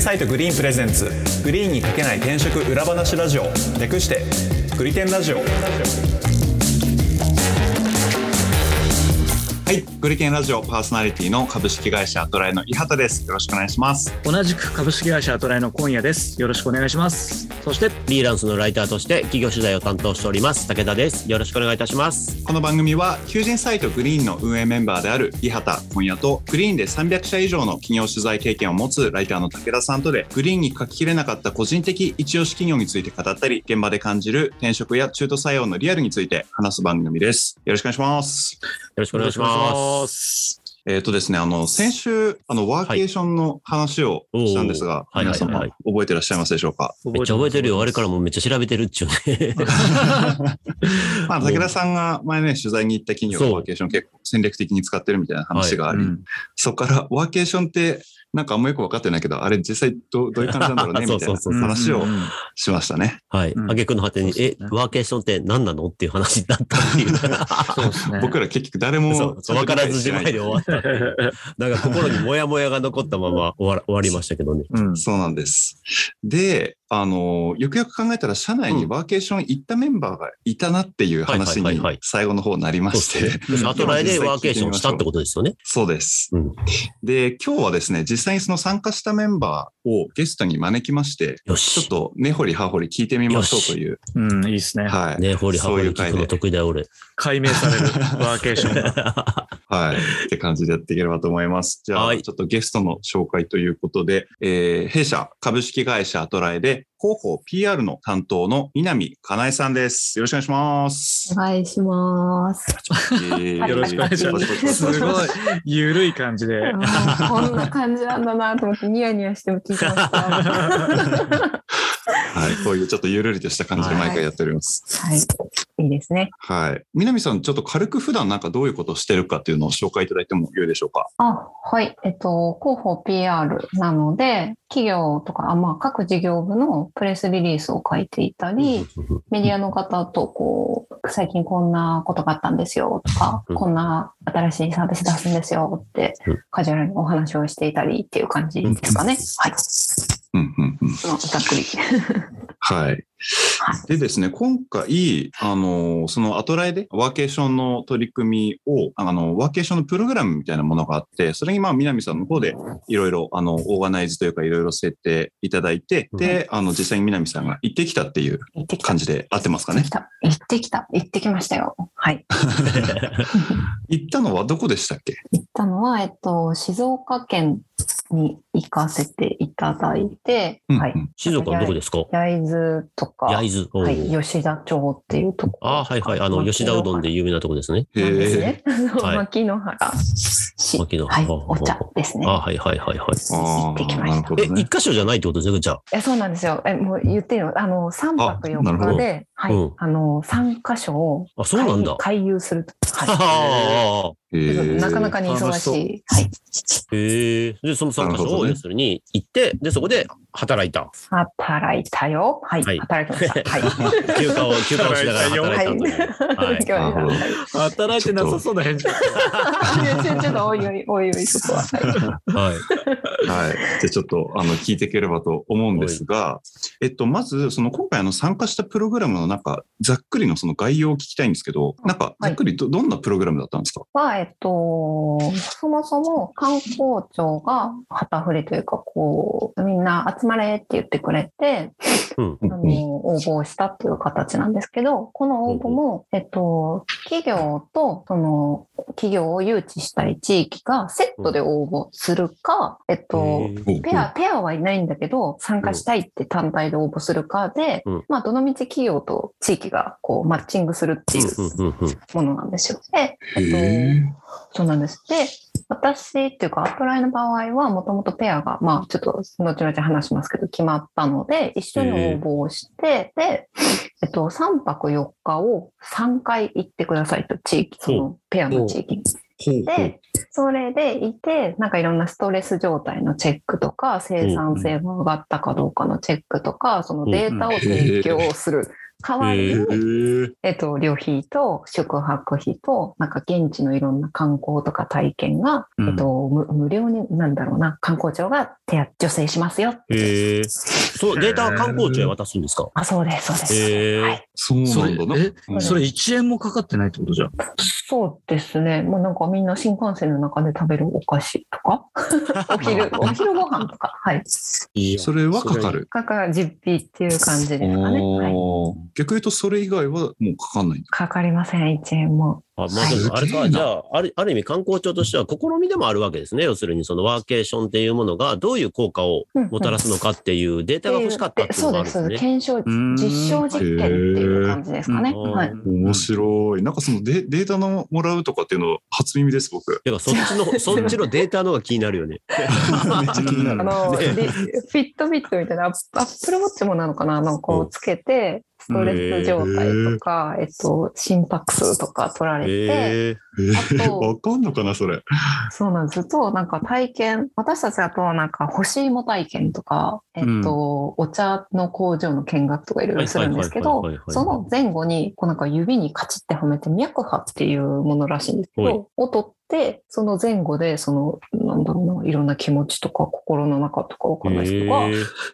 サイトグリーンプレゼンツグリーンにかけない転職裏話ラジオ略してグリテンラジオはいグリテンラジオパーソナリティの株式会社アトライの伊畑ですよろしくお願いします同じく株式会社アトライの今夜です。よろしくお願いします。そして、フリーランスのライターとして企業取材を担当しております武田ですよろしくお願いいたしますこの番組は求人サイトグリーンの運営メンバーである伊畑今夜とグリーンで300社以上の企業取材経験を持つライターの武田さんとでグリーンに書ききれなかった個人的一押し企業について語ったり現場で感じる転職や中途採用のリアルについて話す番組ですよろしくお願いしますよろしくお願いしますす。えっ、とですねあの先週あのワーケーションの話をしたんですが、はい皆おーはい様はい覚えてらっしゃいますでしょう か、めっちゃ覚えてるよあれからもうめっちゃ調べてるっちゅうねまあ、武田さんが前ね取材に行った企業そうのワーケーション結構戦略的に使ってるみたいな話があり、そこからワーケーションってなんかあんまよく分かってないけどあれ実際どうどういう感じなんだろうね そみうたいそうなそう話をうんうんうんしました ね。はい、うん挙句の果てに、そうですえねワーケーションって何なのっていう話になったっていうそうですね。僕ら結局誰もそうそう分からずじまいで終わったら。なんか心にモヤモヤが残ったまま終わら終わりましたけどねうん。そうなんです。で、あの、よくよく考えたら、社内にうんワーケーション行ったメンバーがいたなっていう話はいにはいはいはい最後の方になりましそうて、うんアトライでワーケーションしたってことですよねそうですうん。で、今日はですね、実際にその参加したメンバーをゲストに招きまして、よちょっしと根掘り葉掘り聞いてみましょうという、うん、いいですね。はい。ねホーリーハそーういリうー聞回くので、得意だよ 俺解明されるワーケー ションが。はい。って感じでやっていければと思います。じゃはあ、いちょっとゲストの紹介ということで、えー弊社株式会社アトライで広報 PR の担当の南かなえさんです。よろしくお願いしますお。願いし ます。よよろしくお願いします。すごい、ゆるい感じで。あーこんな感じなんだなと思ってニヤニヤしても聞いてました。 ははい。こういうちょっとゆるりとした感じで毎回やっております。い、いいですね。はい。南さん、ちょっと軽く普段なんかどういうことをしてるかっていうのを紹介いただいてもよいでしょうか。あ、はい。えっと、広報 PR なので、企業とか、あまあ、各事業部のプレスリリースを書いていたり、メディアの方と、こう、最近こんなことがあったんですよとか、うんこんな新しいサービス出すんですよってうん、カジュアルにお話をしていたりっていう感じですかね。はい。うんうんうん。まあざっくり。はい。でですね、今回、あの、そのアトライでワーケーションの取り組みを、あの、ワーケーションのプログラムみたいなものがあって、それにまあ、南さんの方でいろいろ、あの、オーガナイズというかいろいろ設定いただいて、で、あの、実際に南さんが行ってきたっていう行ってきた感。じで合ってますかね。行ってきた。行ってきた。行ってきましたよ。はい。行ったのはどこでしたっけ行ったのは、えっと、静岡県に行かせていただいて、うんはい。静岡のどこですか焼津とか、焼津おうはい、吉田町っていうところ。ああはいはいあの吉田うどんで有名なとこですねなんですへえ。ね。そうはい牧之原市。牧之原はい、ほうほうほおう茶ですねあ。あはいはいはいはいあ行ってきあ、まなるしたほえ、どね一。箇所じゃないってことですね、じゃあ。えそうなんですよ。え、もう言っていいのあの、3泊あなるほ4ど日で、はうんい、あの、3カ所をあ、そうなんだ。回遊すると。はあ い。へえなかなかに忙楽ししそうい。はい。あ、へえ。で、その3な箇るほ所どをね要するに行って、で、そこで働いた。働いたよ。はい。はい働き ました。はい。休暇を、休暇をしながら働いたという。は。はいい。なるほど働いてなさそうな返事。 ちょっとおいおい、おいおい、そこは。ははい。い。じゃあちょっと、あの、聞いていければと思うんですが、えっと、まず、その今回あの参加したプログラムの中、ざっくりのその概要を聞きたいんですけど、なんか、ざっくりど、どんなプログラムだったんですかは、えっと、そもそも観光庁が旗振りというか、こう、みんな集まれって言ってくれて、うん。あの、応募をしたっていう形なんですけど、この応募も、えっと、企業と、その、企業を誘致したい地域がセットで応募するか、えっと、へえおうペア、ペアはいないんだけど、参加したいって単体で応募するかで、うんまあ、どのみち企業と地域がこうマッチングするっていううんうんうんうん。ものなんですよ。で、へえ。そうなんです。で、私っていうか、アップラインの場合は、もともとペアが、まあ、ちょっと、後々話しますけど、決まったので、一緒に応募をして、で、えっと、3泊4日を3回行ってくださいと、地域、そのペアの地域に。ほうほうで、それでいて、なんかいろんなストレス状態のチェックとか、生産性が上がったかどうかのチェックとか、そのデータを提供する代わりに、ーえっと、旅費と宿泊費と、なんか現地のいろんな観光とか体験が、うんえっと、無無料に、なんだろうな、観光庁が手当助成しますよ。へえ。そう、データは観光庁へ渡すんですかあ、そうです、そうです。へーはい、そうそなれんだな。えうんそれ1円もかかってないってことじゃん。そうですね。もうなんかみんな新幹線の中で食べるお菓子とか、 お昼、お昼ご飯とか、はい。いそれはかか。る。かか、実費っていう感じですかね。はい、おー逆に言うと、それ以外はもうかかんないんだ。かかりません、1円も。あ、まあ、でもあれすげえか、なじゃあ、ある、ある意味観光庁としては試みでもあるわけですね。要するに、そのワーケーションっていうものがどういう効果をうんうんもたらすのかっていうデータが欲しかったっていうそのがあうるでんす、ですそうです。ね。検証、ん実証実験っていう感じですかね。うんはい。面白い。なんかそのデデータのもらうとかっていうの初耳です、僕。 てか、そっちの、そっちのデータの方が気になるよね。めっちゃ気になある。の、ねリフィットビットみたいな、アップアップルウォッチもなのかな、なんかこうつけて、ストレス状態とか、えっと、心拍数とか取られて、へえ。えあー、とわかんのかな、それ。そうなんです。と、なんか体験、私たちだと、なんか、干し芋体験とか、えっと、お茶の工場の見学とかいろいろするんですけどはいはいはいはいはい、はいその前後に、こうなんか指にカチッてはめて、脈波っていうものらしいんですけはいど、を取って、その前後で、その、なんだろうな、いろんな気持ちとか、心の中とかわかんないです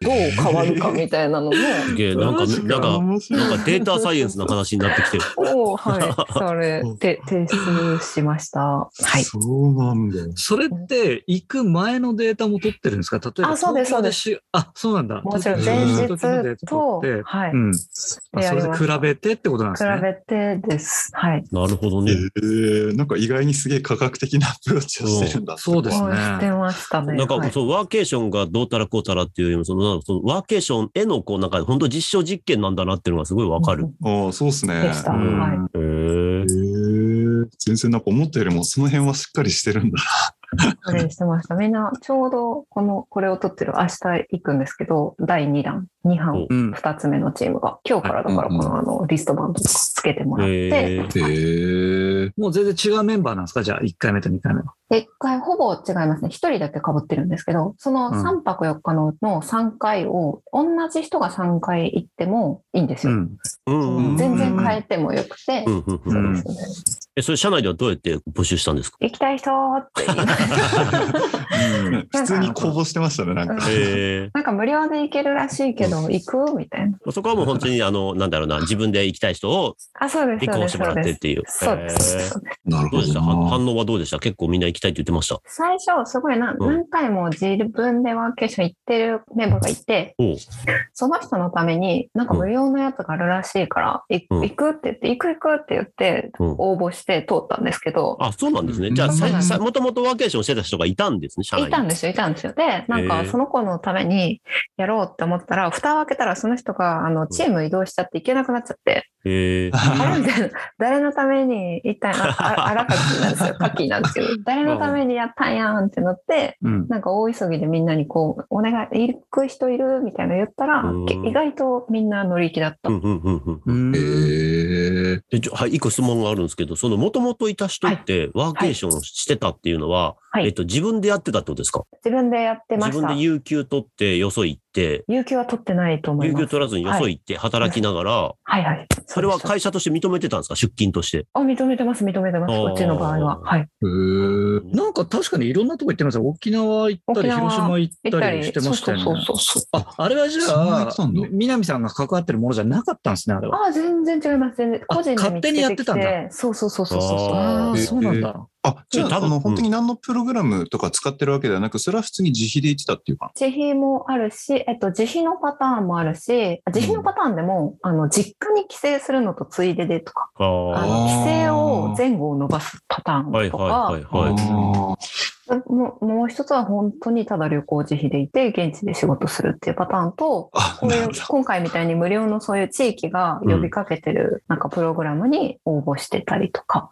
けど、へえどう変わるかみたいなのも、すげえ、なんか、マジなんか、面白いなんかデータサイエンスの話になってきて る。を、はい、それで提出しました。はい。そうなんだ。それって行く前のデータも取ってるんですか例えばあそうです東京しあ、そうなんだ。もちろん東前京の日時のデータと取って、はい、うん。あやそりれまでした比べてってことなんですね。比べてです。はい。なるほどえね。ー、なんか意外にすげえ科学的なアプローチをしてるんだ。そうですね応援してましたね。なんはか、いそう、ワーケーションがどうたらこうたらっていうよりも、その、なんかそのワーケーションへの、こう、なんか、本当実証実験なんだなっていうのがすごいわかる。。ああ、そうですね。でしたうんはいへええ。ー、全然なんか思ったよりもその辺はしっかりしてるんだ。あれしてました。みんな、ちょうど、この、これを撮ってる明日行くんですけど、第2弾、2お班、うん。 2つ目のチームが、今日からだから、うんこうんの、あの、リストバンドとかつけてもらって、へえ。へえー。もう全然違うメンバーなんですかじゃあ、1回目と2回目は。一回、ほぼ違いますね。一人だけ被ってるんですけど、そのうん3泊4日のの3回を、同じ人が3回行ってもいいんですうよ。ん。うんうん全然変えてもよくてう、んうんうそんうですね。え、それ社内ではどうやって募集したんですか行きたい人って言いながらうん普通に公募してましたね、なんか。ええなんか無料で行けるらしいけど、行くみたいな。そこはもう本当に、あの、なんだろうな、自分で行きたい人をあ、そうです、立そう候補です、してもそらうってでっす。ていう。そうです。へそうですなるえどほうでしたどはな。反応はどうでした結構みんな行きたいって言ってました。最初、すごいな、うん何回も自分でワーケーション行ってるメンバーがいて、おうその人のために、なんか無料のやつがあるらしいから、いうん行くって言って、行く行くって言って、うん応募して通ったんですけど、あ、そうなんですね。じゃあ、そうなんさですさもともとワーケーションしてた人がいたんですね、社内に。いたんですよ、いたんですよ。で、なんへかえその子のためにやろうって思ったら、蓋を開けたらその人があのチーム移動しちゃって行けなくなっちゃって、へえ。あれみたいな誰のために一体ああ荒垣なんですよカキなんですけど誰のためにやったんやんってなってうん。なんか大急ぎでみんなにこう「お願い行く人いる?」みたいなの言ったらうんけ意外とみんな乗り気だったう。んうんうんうん。うんへえで、ちょはい、一個質問があるんですけど、その、もともといた人って、ワーケーションしてたっていうのは、はいえっと、自分でやってたってことですか自分でやってま自し分たで。有給取って、よそ行って、有給は取ってないと思い有ま給す。取らずによそ行って働きながら、はいはい。それはうです会社として認めてたんですか出勤として。あ認めてます認めてますあーうちの場合は。はい。へー。なんか確かにいろんなとこ行ってますよ。沖縄行ったり、沖縄広島行行っったたりりしてましたよね。そうそうそうそう。あ、あれはじゃそんな行っあてたんだ、南さんが関わってるものじゃなかったんですね、あれは。ああ全然違います全然あ個人で勝手にやってたんだ見つけてきてそうそうそうそうそうそああう。ーあ、えそうなんだ。あ、じゃじあ、ゃああ多分の、本当に何のプログラムとか使ってるわけではなく、それは普通に自費で言ってたっていうか。自費もあるし、えっと、自費のパターンもあるし、自費のパターンでも、あの、実家に帰省するのとついででとか、ああああのー帰省を前後を伸ばすパタはーいンとはかい、はいはい。あもうもう一つは本当にただ旅行自費でいて、現地で仕事するっていうパターンと、あ、こうないるうほど。今回みたいに無料のそういう地域が呼びかけてるなんかプログラムに応募してたりとか、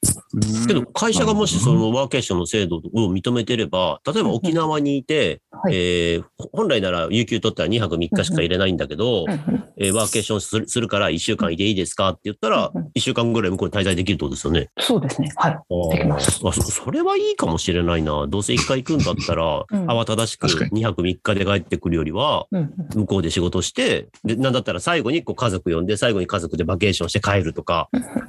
けど、会社がもしそのワーケーションの制度を認めてれば、例えば沖縄にいて、はいえー本来なら有給取ったら2泊3日しか入れないんだけど、うんえーワーケーションするするから1週間いていいですかって言ったらうんうん、 1週間ぐらい向こうに滞在できるってことですよね。そうですね。はい。あできまあそそれはいいかもしれないな。どうせ1回行くんだったら、うん慌ただしく確かに2泊3日で帰ってくるよりは、うんうん向こうで仕事して、で、なんだったら最後にこう家族呼んで、最後に家族でバケーションして帰るとか、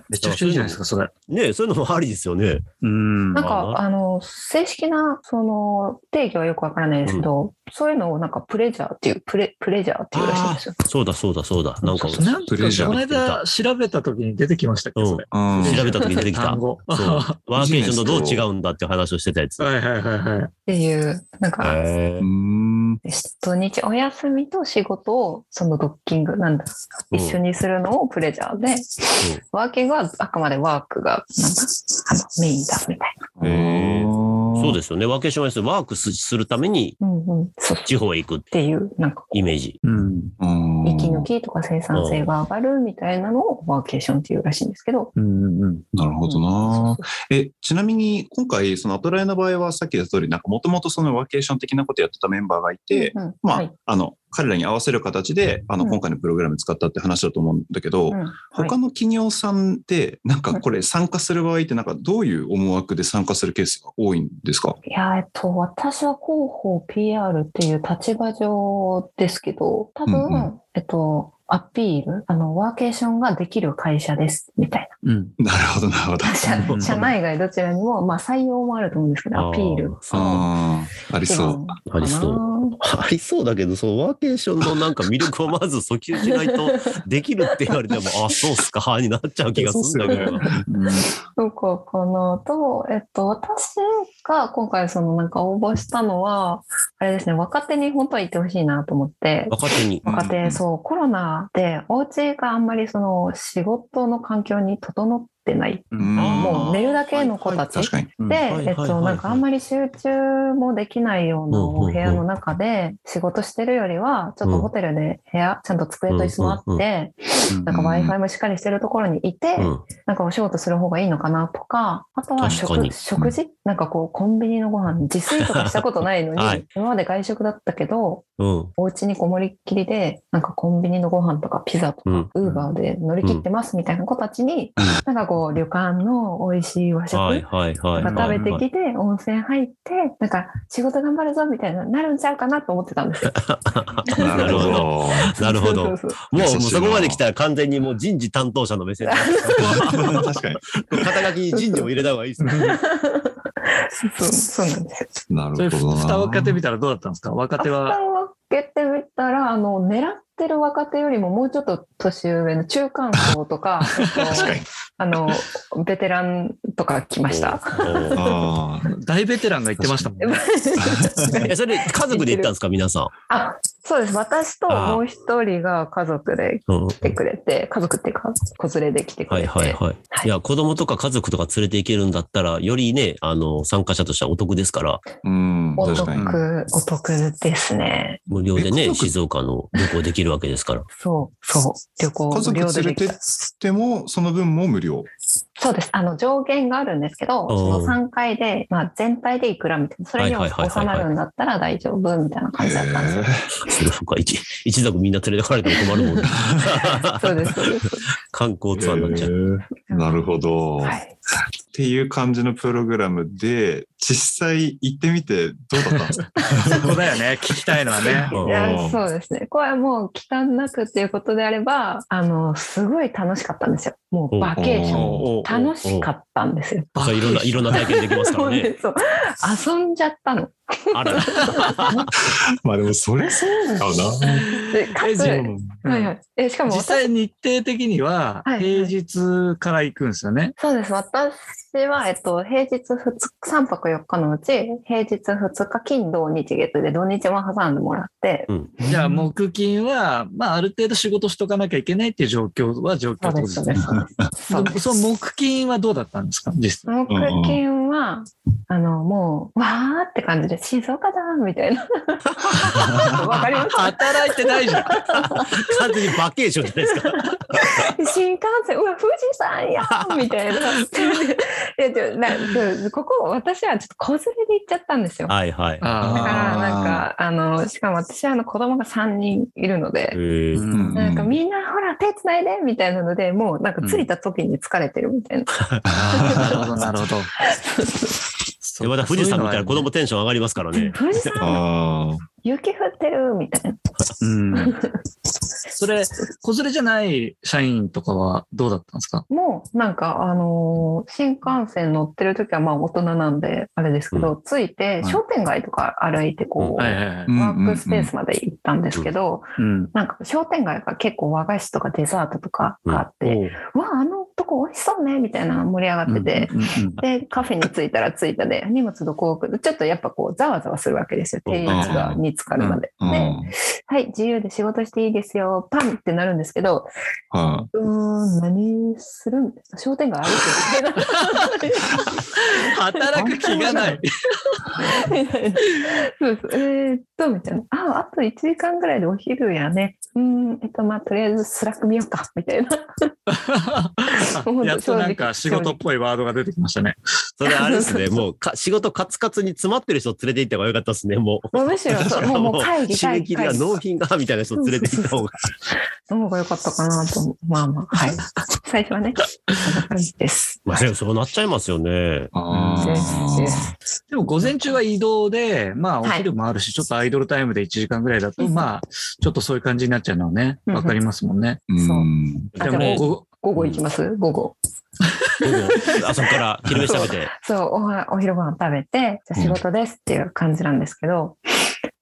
めちゃくちゃいいじゃないですか、それ。ねそういうのもありですよね。うんなん。まあか、なあの、正式な、その、定義はよくわからないですけど、そういうのをなんかプレジャーっていう、プレ、プレジャーっていうらしいんですよ。そうだそうだそうだ。なんか、そうなんプレジャか、ーこの間調べた時に出てきましたけど、それ。うん調べた時に出てきた単。語。 そうはワーケーションとどう違うんだっていう話をしてたやつ。いはいはいはい。っていう、なんか、へうーん土日お休みと仕事をそのドッキングなんだうん一緒にするのをプレジャーで、ワーキングはあくまでワークがなんだあのメインだみたいえーそうですよね。ワーケーションは要するにワークすするためにな、うんうん、そうっ地方へ行くていうなんかイメージ。うん。うん息抜きとか生産性が上がるみたいなのをワーケーションっていうらしいんですけど、うんうんうん。なるほどそうな。そうえ、ちなみに今回、そのアトライの場合はさっき言った通り、なんかもともとそのワーケーション的なことやってたメンバーがいて、うんうんまあ、はいあの、彼らに合わせる形で、あの、うん今回のプログラム使ったって話だと思うんだけど、うんはい他の企業さんって、なんかこれ参加する場合って、なんかどういう思惑で参加するケースが多いんですか いや、えっと、私は広報 PR っていう立場上ですけど、多分、うんうえっと、アピール、あの、ワーケーションができる会社です、みたいうん。なるほど、なるほど。な。社うん社内外どちらにも、まあ、採用もあると思うんですけど、アピール。あああ、ありそう。ーありそう。う。ありそうだけど、そのワーケーションのなんか魅力をまず訴求しない とできるって言われ ても、あ、そうっすか、になっちゃう気がするんだけどな。そうか、かなと、えっと、私が今回、そのなんか応募したのは、あれですね、若手に本当は行ってほしいなと思って、若手に。うん若手、そう、コロナで、お家があんまりその仕事の環境に整ってない。うんもう寝るだけの子たち確かに。うで、んはいえっはいはいと、はいなんかあんまり集中もできないようなうんうんうんお部屋の中で仕事してるよりは、ちょっとホテルで部屋、ちゃんと机と椅子もあうんうっんて、なんか Wi-Fi もしっかりしてるところにいてう、ん。なんかお仕事する方がいいのかなとか、あと確かは食に食事、なんかこうコンビニのご飯、自炊とかしたことないのに、はい今まで外食だったけど、うん。お家にこもりっきりで、なんかコンビニのご飯とかピザとか、ウーバーで乗り切ってますみたいな子たちに、なんかこう旅館の美味しい和食、はいはいはい。まあ食べてきて、温泉入って、なんか仕事頑張るぞみたいな、なるんちゃうかなと思ってたんですよ。きなるほなるど。 なるほど。そもうそうそうう、も優しいうなそこまで来たら完全にもう人事担当者の目線で。 確かに。肩書きに人事も入れた方がいいです ね。そうそうそうなんですよ。なそれ、るほどな。蓋を開けてみたらどうだったんですか若手は。を開けてみたら、あの、狙ってる若手よりももうちょっと年上の中間層 とか、えっと確かに。あの、ベテランとか来ま しおた。うああ。大ベテランが言ってましたもんね。おうえ、それ家族で行ったんですか、皆さん。あ、そうです。私ともう一人が家族でうん。来てくれて、家族っていうか、子連れで来てくはれいて。はいはい。はいいや、子供とか家族とか連れて行けるんだったら、よりね、あの、参加者としてはお得ですから、うん、お確得かに。、お得ですね。無料えで家ね、族静岡の旅行できるわけですから。そう、そう。旅行家族無料で連れでてき。ったても、その分も無料。そうです。あの、上限があるんですけど、うんその3回で、まあ、全体でいくらみたいな、それにはいはいはいはい収まるんだったら大丈夫みたいな感じだったんですよ。それそうか、一、 一族みんな連れてかれても困るもんね。そうです、そうです。観光ツアー になっちゃう。へーなるほど、はっい。ていう感じのプログラムで、実際行ってみてどうだったんですかそこだよね。聞きたいのはね。 いやそうですね。これはもう、期間なくっていうことであれば、あの、すごい楽しかったんですよ。もう、バケーション。お楽しかったんですよ。うんそういろんな、いろんな体験できますかもらうね。ね、 そう。遊んじゃったの。あらら。まあでもそれそうだよ な。で、かえつ、じゃあはいはい。え、しかも実私際日程的にははい平日から行くんですよね。そうです。私は、えっと、平日2日、3泊4日のうち、平日2日、金、土、日、月で、土日も挟んでもらって、じゃあ木金は、まあある程度仕事しとかなきゃいけないっていう状況は状況ってそことうで、ですすそうよでねす。。そうででそすの木金はどうだったんですか実際。木金は、あの、もう、わーって感じで、静岡だみたいな。わかります働いて ないじゃん。完全にバケーションじゃないですか。新幹線、うわ、富士山やーみたいな。いやでもなでここ、私はちょっと子連れで行っちゃったんですよ。だかはいはい。あら、なんか、あの、しかも私はあの子供が3人いるのえで、ーーうんなんかみんな、ほら、手つないでみたいなので、もう、なんか着いた時に疲れてるみたいな。なるほど、なるほど。 でまた富士山見たら子供と。テンション上がりますからね。富士山、あ雪降ってるみたいな。うん。それ、子連れじゃない社員とかはどうだったんですかもうなんか、あのー新幹線乗ってる時はまあ大人なんであれですけど、着いてはい商店街とか歩いてこう、はいはいはいー。ワークスペースまで行ったんですけど、うん。なんか商店街が結構和菓子とかデザートとかがあって、わあ、あのとこ美味しそうねみたいな盛り上がってて、うんうんで、カフェに着いたら着いたで、荷物どこ置くちょっとやっぱこう、ざわざわするわけですよ。うん定位置が見つかるまで。あ。でうん、はい、自由で仕事していいですよ、パンってなるんですけど、はうーん、何するんですか商店街歩いてる働く気がない。みたいな。そうそう。えーっと、みたいな。あ、あと1時間ぐらいでお昼やね。うーん、えっと、まあ、とりあえずスラック見ようか、みたいな。当やっとなんか仕事っぽいワードが出てきましたね。それあれですね、もうか仕事カツカツに詰まってる人連れて行った方が良かったですね、もう。もうむしろそう、もうもう会議、締会め議、切りは会議。納品がみたいな人連れて行った方が。の方が良かったかなと思う。まあまあ、はい。最初はね、そんな感じです。まあ、でもそうなっちゃいますよね。あ。ですですでも午前中は移動で、まあおはい昼もあるし、ちょっとアイドルタイムで1時間ぐらいだと、うんまあちょっとそういう感じになっちゃうのはね、うんわかりますもんね。うん。あでもでも午後午後行きます午後。午後あそこから昼飯食べて。 そう、おはお昼ご飯食べて、じゃあ仕事ですっていう感じなんですけど、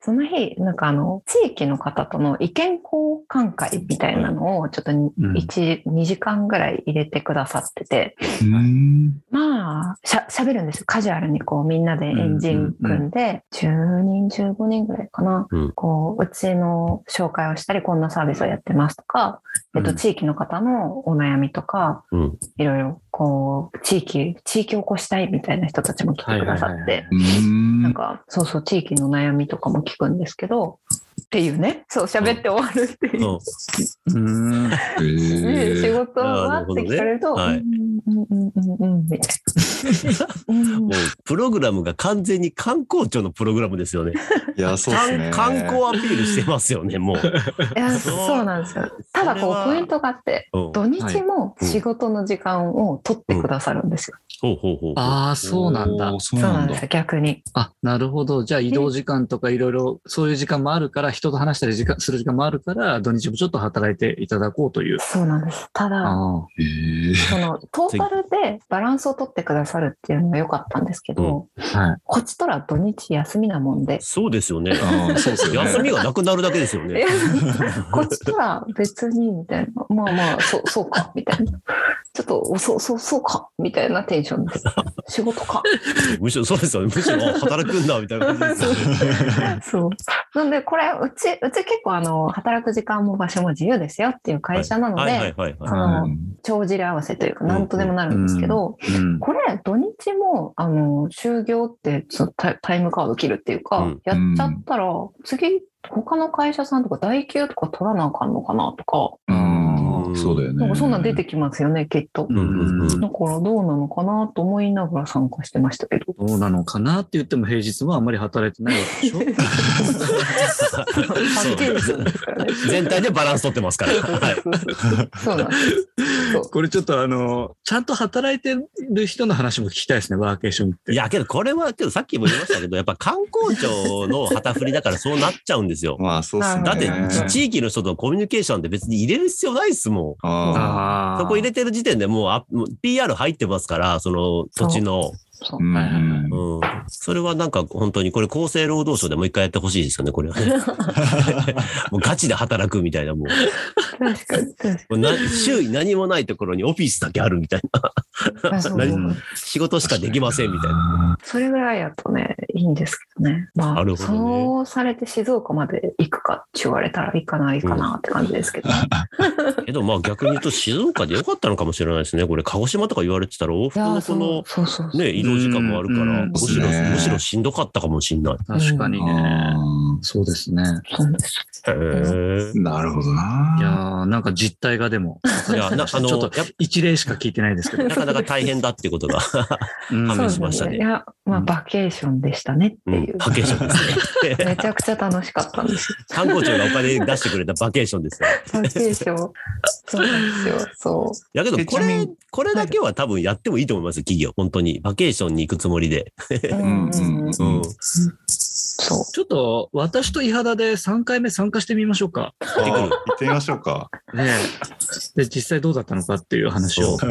その日、なんかあの、地域の方との意見交換会みたいなのを、ちょっとにうん一2時間ぐらい入れてくださってて、うんまあ、しゃ、喋るんですよ。カジュアルにこう、みんなでエンジン組んで、10人、15人ぐらいかな。うんこう、うちの紹介をしたり、こんなサービスをやってますとか、えっうと、ん地域の方のお悩みとか、うんいろいろ、こう、地域、地域を起こしたいみたいな人たちも来てくださはいはいはいっはて、うなんんか、そうそう、地域の悩みとかも聞くんですけど、っていうね、そう、喋って終わるっていう。うん うん。えで仕ー事はって聞かれると、あーなるうんうんうんうんうんみたいな。うんもうプログラムが完全に観光庁のプログラムですよね。いや、そうですね。観光アピールしてますよね、もう。いやそうそうなんですよ。ただそれこはうポイントがあって、うん土日も仕事の時間を取ってくださるんですよ。ほうほうほう。ああ、そうなんだおー。そうそうななんんだです。よ、逆に。あ、なるほど。じゃあ移動時間とかいろいろ、そういう時間もあるから、人と話したり時間する時間もあるから、土日もちょっと働いていただこうという。そうなんです。ただ、ああ。えーそのトータルでバランスを取ってくださるっていうのが良かったんですけど、はい。こっちとら土日休みなもんで。そうですよね。あーそうですよね。休みがなくなるだけですよね。 こっちとら別にみたいな。まあまあ、そうそうか、みたいな。ちょっと、おそうそうそうか、みたいなテンションです。仕事か、むしろそうですよね。むしろあ働くんだみたいな感じですよね。そう。なんで、これ、うち、うち結構、あの、働く時間も場所も自由ですよっていう会社なのはいはいで、はいはい。そのうん帳尻合わせというか、なんとでもなるんですけど、うん。これ、土日も、あの、就業ってそのタイ、タイムカード切るっていううかん、やっちゃったら、次、他の会社さんとか、代給とか取らなあかんのかなとか、ううんんそうだよね。なんかそんなん出てきますよね、きっと。うんうんうん。だから、どうなのかなと思いながら参加してましたけど。どうなのかなって言っても平日はあんまり働いてないわけでしょパッケージですからね。全体でバランス取ってますから。はい。そうなんです。そうこれちょっとあの、ちゃんと働いてる人の話も聞きたいですね、ワーケーションって。いや、けどこれは、けどさっきも言いましたけど、やっぱ観光庁の旗振りだからそうなっちゃうんですよ。まあ、そうっすね。だなっるほどて、地域の人とのコミュニケーションって別に入れる必要ないですもん。ああーそこ入れてる時点でもうあもう PR 入ってますから、その土地の。そうーうんはいはいはいうん。それはなんか本当に、これ厚生労働省でもう一回やってほしいですよね、これはね。もうガチで働くみたいな、も確かに。確う。な周囲何もないところにオフィスだけあるみたいな。かにあそう何仕事しかできませんみたいな。それぐらいやとね、いいんですけどね。まなあ、るほどねそうされて静岡まで行くかって言われたら行かないかなって感じですけど、ねけどまあ逆に言うと静岡でよかったのかもしれないですね。これ鹿児島とか言われてたら往復いやのーこそうのそうそうそうね、移動時間もあるかうんら、うんむしろ、ですねむしろしんどかったかもしれない。確かにね。あそうですね。そうなんですへーーなるほどないやーなんか実態がでも、いや、なあの、ちょっとやっ一例しか聞いてないですけど。なかなか大変だ っていうことが、うん判明そうでしすましたねいや、まあ、バケーションでしたねってうん、いう。バケーションですね。めちゃくちゃ楽しかったんですよ。観光庁がお金出してくれたバケーションですね。バケーション。そうなんですよ。そいやけど、えこちなみれに、これだけは多分やってもいいと思います、企業。本当に。バケーションに行くつもりで。う。ううんんううんうんうんん。そう。ちょっと、私と伊肌で3回目参加してみましょうか。あー行ってみましょうか。ねえで、実際どうだったのかっていう話を。た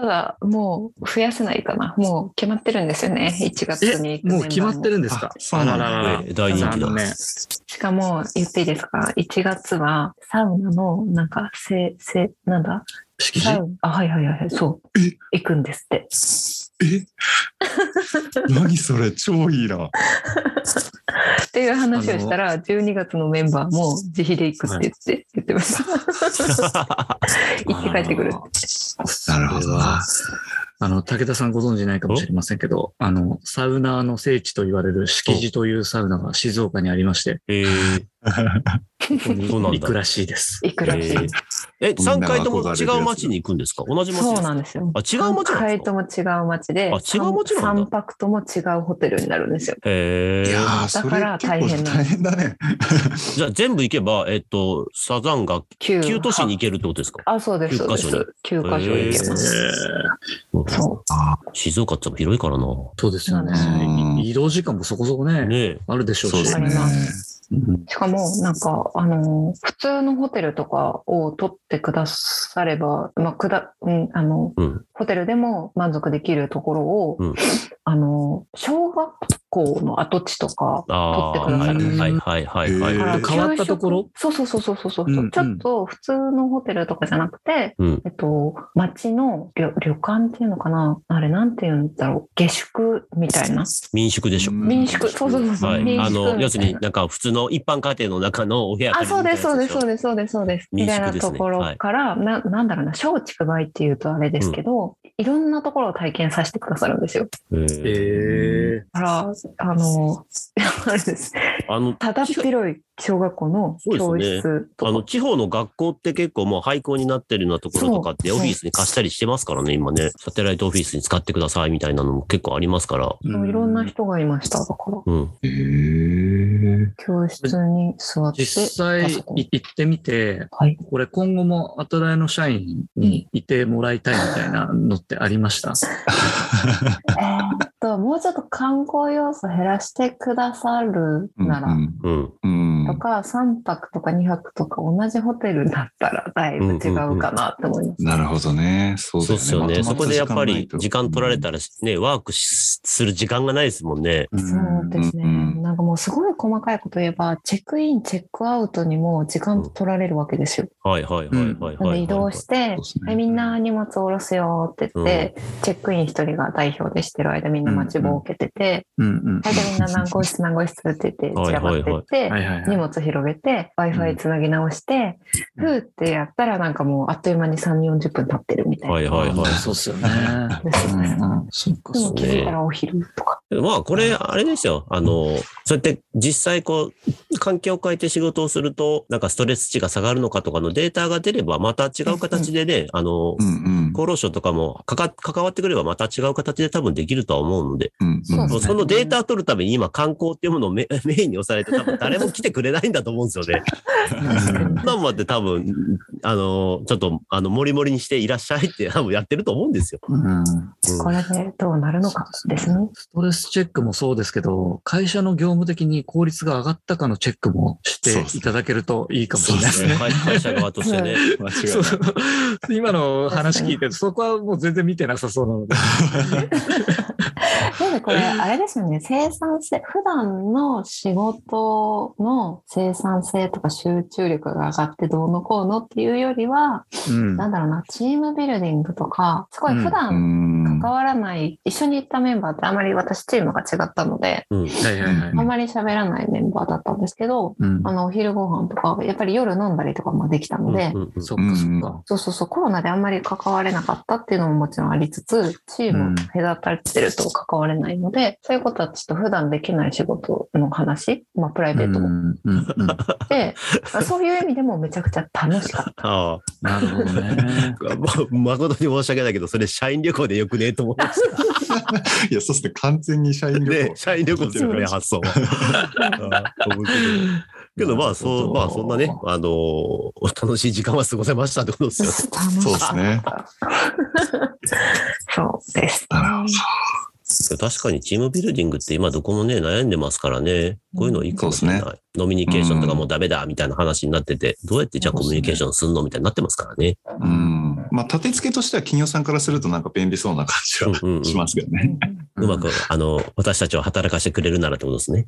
だ、もう増やせないかな。もう決まってるんですよね。1月に行くメもンバーう決まってるんですかあそうなんだあらららえー大人気だ残。念しかも、言っていいですか ?1 月は、サウナの、なんか、せ、せ、なんだ敷地サウナ、あ、はいはいはいはい、そう。行くんですって。え何それ超いいな。っていう話をしたら、12月のメンバーも自費で行くって言って、言ってました。行って帰ってくるって。 なるほどな。あの、武田さんご存知ないかもしれませんけど、あの、サウナーの聖地と言われる敷地というサウナが静岡にありまして、えーここにそうなんだ行くらしいです。行くらしい。え、3回とも違う町に行くんですか同じ町そうですかなんですよ。あ、違う町なん三で回すかとも違う町で、あ違う町なんだ3泊とも違うホテルになるんですよ。へいえ。やー、そだれから結構大変な大変だね。じゃあ全部行けば、えっと、サザンが旧旧都市に行けるってことですかあ、そうです、そうです。9所に箇所行けえます。ーうんそあ静岡って広いからな。そうですようんね。い移動時間もそこそこね、ねあるでしょそううでしす。あねり。ますうんう。しかも、なんか、あのー、普通のホテルとかを取ってくだされば、まあ、くだ、うん、あの、うんホテルでも満足できるところを、うんあのー、小学校の跡地とか、ああ、取はっていくださはいいはいはいはい。へーあ変わったところそうそうそうそうそうそう、うんうんちょっと普通のホテルとかじゃなくて、うんえっと、町の旅旅館っていうのかなあれなんて言うんだろう下宿みたいな。民宿でしょ。民宿、そうそうそう。は民い。宿あみたいの、な要するになんか普通の一般家庭の中のお部屋あ、借りるそみうたいです、そうなでやつす、そうです、そうです、そうです。み民宿たいなですとねころから、ななんだろうな、小畜梅っていうとあれですけど、いろんなところを体験させてくださるんですよ。へーえだから、あの、 あれです。あの、ただ広い小学校のそ教うですね室とあか、の、地方の学校って結構もう廃校になってるようなところとかってそオうフィスに貸したりしてますからね、今ね。サテライトオフィスに使ってくださいみたいなのも結構ありますから。そういろんな人がいました。だから、うん。へえ。教室に座って、実際パいソコン行ってみて、はい。これ今後もアトライの社員にいてもらいたいみたいなのってありましたえーっと、もうちょっと観光要素減らしてくださるなら、うんうん。うん。とか、3泊とか2泊とか同じホテルだったらだいぶ違うかなって思います。なるほどね。そうでそうですすよね。そこでやっぱり時間取られらたらね、ワークしする時間がないですもんね。そうですね、なんかもうすごい細かいこと言えば、チェックイン、チェックアウトにも時間取られるわけですよ。はいはいはいはいなはんいはでい。移動してそうです、ねはい、みんな荷物下ろすよって言って、チェックイン一人が代表でしてる間、みんな待ちぼうけてて、うんうん。大体みんな何号室何号室って言って はい散らばってっはて、いはいはい。荷物広げて、うん Wi-Fi つなぎ直して、うんふーってやったらなんかもうあっという間に3、40分経ってるみたいな。はいはいはい。そうっすよね。ですねうんうんそっかでそもっかうね気づいたらお昼とか。まあ、これ、あれですよ。あの、そうやって実際こう、環境を変えて仕事をすると、なんかストレス値が下がるのかとかのデータが出れば、また違う形でね、あのう、んうん厚労省とかもかか関わってくればまた違う形で多分できるとは思うので、うんうん。そうそうそのデータを取るために今観光っていうものをメメインに押されて多分誰も来てくれないんだと思うんですよね。なんまで多分、あの、ちょっと、あの、もりもりにしていらっしゃいって多 分やってると思うんですよ。うんうんこれでどうなるのかですね。ストレスチェックもそうですけど、会社の業務的に効率が上がったかのチェックもしていただけるといいかもしれないですね。会会社側としてね。間違そういない。今の話聞いてると、そこはもう全然見てなさそうなので。なんでこれ、あれですよね、生産性、普段の仕事の生産性とか集中力が上がってどうのこうのっていうよりは、うん。なんだろうな、チームビルディングとか、すごいう普ー段ん関わらない、一緒に行ったメンバーってあまり私チームが違ったので、うん。はいはいはいうんあまり喋らないメンバーだったんですけど、うんあ。の、お昼ご飯とか、やっぱり夜飲んだりとかもできたので、うんうんうんそっかそっか。そうそうそう、コロナであんまり関われなかったっていうのももちろんありつつ、チームを隔たってると関われないので、そういうことはちょっと普段できない仕事の話、まあプライうベーんトうもんうんで、まあそういう意味でもめちゃくちゃ楽しかった。あなるほどね。あ、ま誠に申し訳ないけど、それ社員旅行でよくねえと思っていや、そうですね。完全に社員旅行。ね、社員旅行ですよね、発想は。うん思うけどけど、まあ、そう、まあ、そんなね、あのー楽しい時間は過ごせましたってことですよね。楽しそうでかっすね。た。そうですね。確かにチームビルディングって今どこもね、悩んでますからね。こういうのいいかもしれない。そノミニケーションとかもうダメだみたいな話になってて、どうやってじゃあコミュニケーションするのみたいになってますからね。うん。まあ、立て付けとしては企業さんからするとなんか便利そうな感じうはんうんうんしますけどね。うまく、あの、私たちを働かせてくれるならってことですね。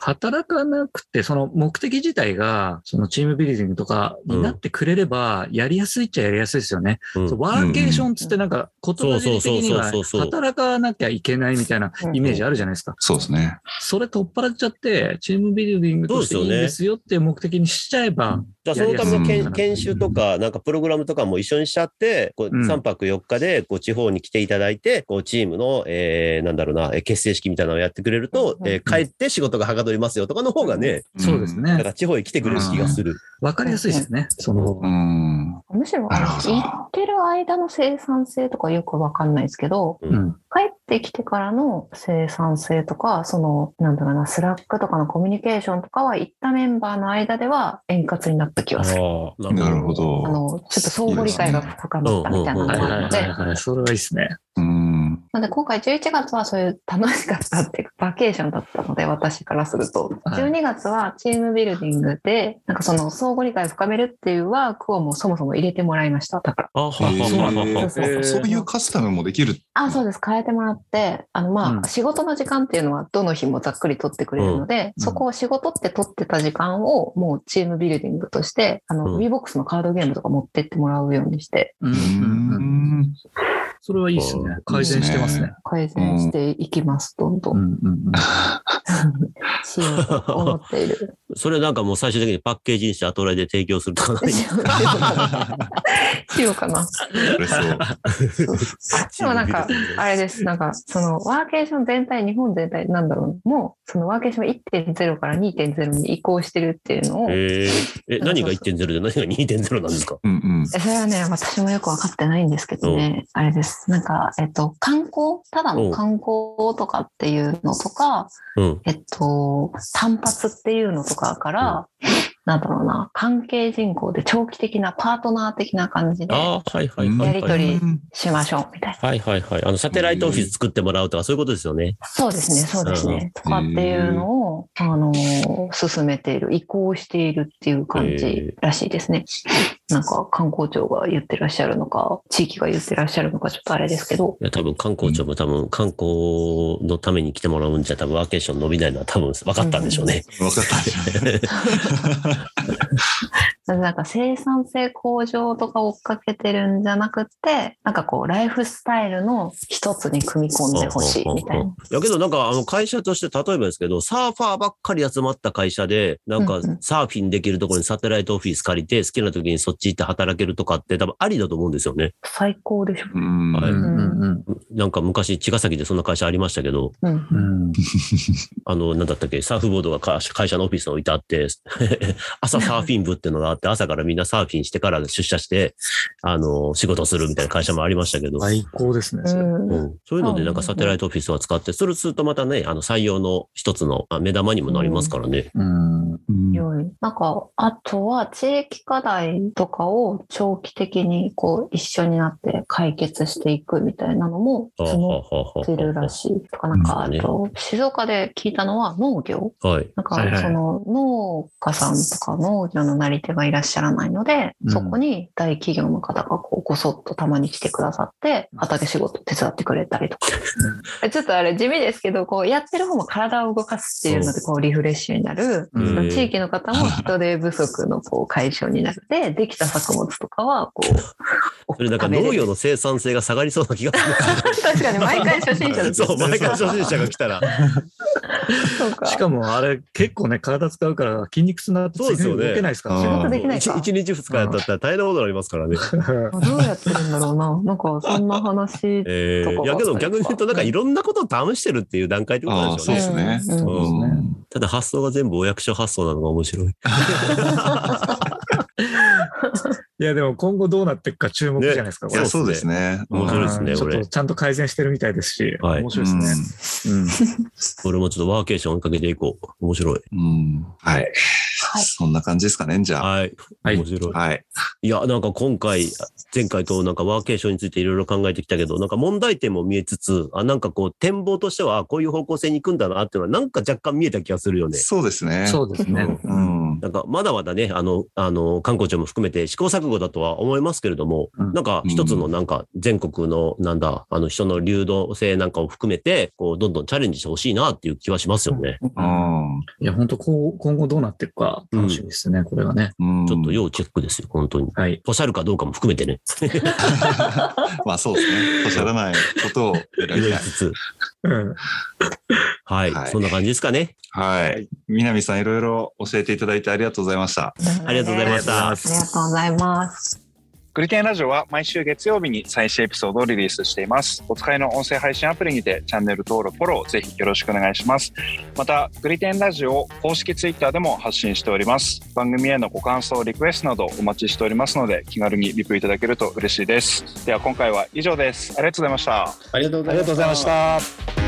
働かなくて、その目的自体が、そのチームビルディングとかになってくれれば、やりやすいっちゃやりやすいですよね。うんそうワーケーションつってなんか、言葉尻的にはそうそうそうそうそう働かなきゃいけないみたいなイメージあるじゃないですか。そうですね。それ取っ払っちゃって、チームビルディングとしていいんですよっていう目的にしちゃえば、じゃあそのためやのり研やすい研修とか、なんかプログラムとかも一緒にしちゃって、こううん3泊4日でこう地方に来ていただいて、こうチームの、えーなんだろうな、えー結成式みたいなのをやってくれると、うんえー帰って仕事がはかどりますよとかの方がね、そうですね。なんかね。地方に来てくれる気がする。わかりやすいですね。そのう方が。ん。むしろ、なるほど行ってる間の生産性とかよくわかんないですけど、うんうん帰ってきてからの生産性とか、その、なんだろうな、スラックとかのコミュニケーションとかは、行ったメンバーの間では円滑になった気がする。あーなるほ。あど。の、ちょっと相互理解が深まったみたいなのはいがはあいるのはいで、はい。それはいいですね。うん。なので今回11月はそういう楽しかったっていうか、バケーションだったので、私からすると。はい12月はチームビルディングで、なんかその相互理解を深めるっていうワークをもうそもそも入れてもらいました。だから。あはへーはははそうそうそうあそういうカスタムもできる。あ、そうです。変えてもらって、あの、まうんあ、仕事の時間っていうのはどの日もざっくり取ってくれるので、うんそこを仕事って取ってた時間をもうチームビルディングとして、あうんの、WeBox のカードゲームとか持ってってもらうようにして、うんううんうんん。それはいいですね。改善してますね。改善していきます。どんどうんんうんうん。しようと思って いる。それなんかもう最終的にパッケージにしてアトライで提供するとかない。しようかなしようか な。嬉しそう。でもなんか、あれです。なんか、その、ワーケーション全体、日本全体、なんだろう、もう、そのワーケーション1.0から2.0に移行してるっていうのを、ええーえ、何が1.0で何が2.0なんですかうんうん。それはね、私もよくわかってないんですけどね、あれです。なんか、えっと、観光、ただの観光とかっていうのとか、うん。えっと、単発っていうのとかから、なんだろうな、関係人口で長期的なパートナー的な感じでああ、はいはいはいはい。やりとりうんしましょう、みたいな。はいはいはい。あの、サテライトオフィス作ってもらうとか、そういうことですよね。そうですね、そうですね。とかっていうのを、あのー、進めている、移行しているっていう感じらしいですね。なんか観光庁が言ってらっしゃるのか、地域が言ってらっしゃるのか、ちょっとあれですけど。いや、多分観光庁も多分、観光のために来てもらうんじゃ、多分ワーケーション伸びないのは多分分かったんでしょうね。わかったんじゃない。なんか生産性向上とか追っかけてるんじゃなくて、なんかこう、ライフスタイルの一つに組み込んでほしいみたいな。やけどなんかあの会社として例えばですけど、サーファーばっかり集まった会社で、なんかうんうんサーフィンできるところにサテライトオフィス借りて、好きな時にそっち行って働けるとかって多分ありだと思うんですよね。最高でしょ。うん。はういんうんうん。なんか昔、茅ヶ崎でそんな会社ありましたけど、うんう。んあの、なんだったっけ、サーフボードが会社会社のオフィスに置いてあって、 朝サーフィン部っていうのがあって、朝からみんなサーフィンしてから出社して、あの、仕事するみたいな会社もありましたけど、最高ですね。それうんうん、そういうのでなんかサテライトオフィスは使って、それするとまたね、あの採用の一つのあ目玉にもなりますからね。ううん。ん良い。なんか、あとは地域課題とかを長期的にこう一緒になって解決していくみたいなのもはあは募あはあってるらしい。とか、なんか、あうんと、静岡で聞いたのは農業はい。なんはいはか、いその農家さんとか農業のなり手ががいらっしゃらないので、うんそこに大企業の方がこうごそっとたまに来てくださって、畑仕事手伝ってくれたり とか。ちょっとあれ地味ですけど、こうやってる方も体を動かすっていうので、こうリフレッシュになる。うんうん地域の方も人手不足のこう解消になるで、できた作物とかはこう、 それなんか食べれる農業の生産性が下がりそうな気がするんですけど。 確かに毎回初心者 です。そう、毎回初心者が来たら。そうか。しかもあれ結構ね、体使うから筋肉痛になってそうですよ次のね日動けないですから仕事ね。できないか一一日二日やったったら大変なことになりますからね。どうやってるんだろうな。なんかそんな話。えとかー、いやけど逆に言うと、なんかいろんなことを試してるっていう段階ってことなんでしょうあね。ーそうですねうんそうですねうんただ発想が全部お役所発想なのが面白い。いや、でも今後どうなっていくか注目じゃないですか、いこれや、そうですね。面白いですねうんこれちょっとちゃんと改善してるみたいですし、はい面白いですね。うん俺もちょっとワーケーション追いかけていこう。面白い。うん。うんはい。そんな感じですかね、じゃあ。はい。はい面白い。はい。いや、なんか今回、前回となんかワーケーションについていろいろ考えてきたけど、なんか問題点も見えつつ、あ、なんかこう展望としては、あこういう方向性に行くんだなっていうのは、なんか若干見えた気がするよね。そうですね。そうですね。うん。なんかまだまだね、あの、あの、観光庁も含めて試行錯誤だとは思いますけれども、うんなんか一つのなんか全国のなんだ、あの人の流動性なんかを含めて、こう、どんどんチャレンジしてほしいなっていう気はしますよね。うん。いや、本当こう、今後どうなっていくか楽しみですね、これはね。うんちょっと要チェックですよ、本当に。はい。ポシャるかどうかも含めてね、まあそうですね。おしゃらないことを選 入びれたい。つつ。うん。はい、はいそんな感じですかね。はい。南さんいろいろ教えていただいてありがとうございました。ありがとうございましあた。りがとうございます。グリテンラジオは毎週月曜日に最新エピソードをリリースしています。お使いの音声配信アプリにてチャンネル登録、フォローぜひよろしくお願いします。また、グリテンラジオを公式ツイッターでも発信しております。番組へのご感想、リクエストなどお待ちしておりますので、気軽にリプいただけると嬉しいです。では今回は以上です。ありがとうございました。ありがとうた。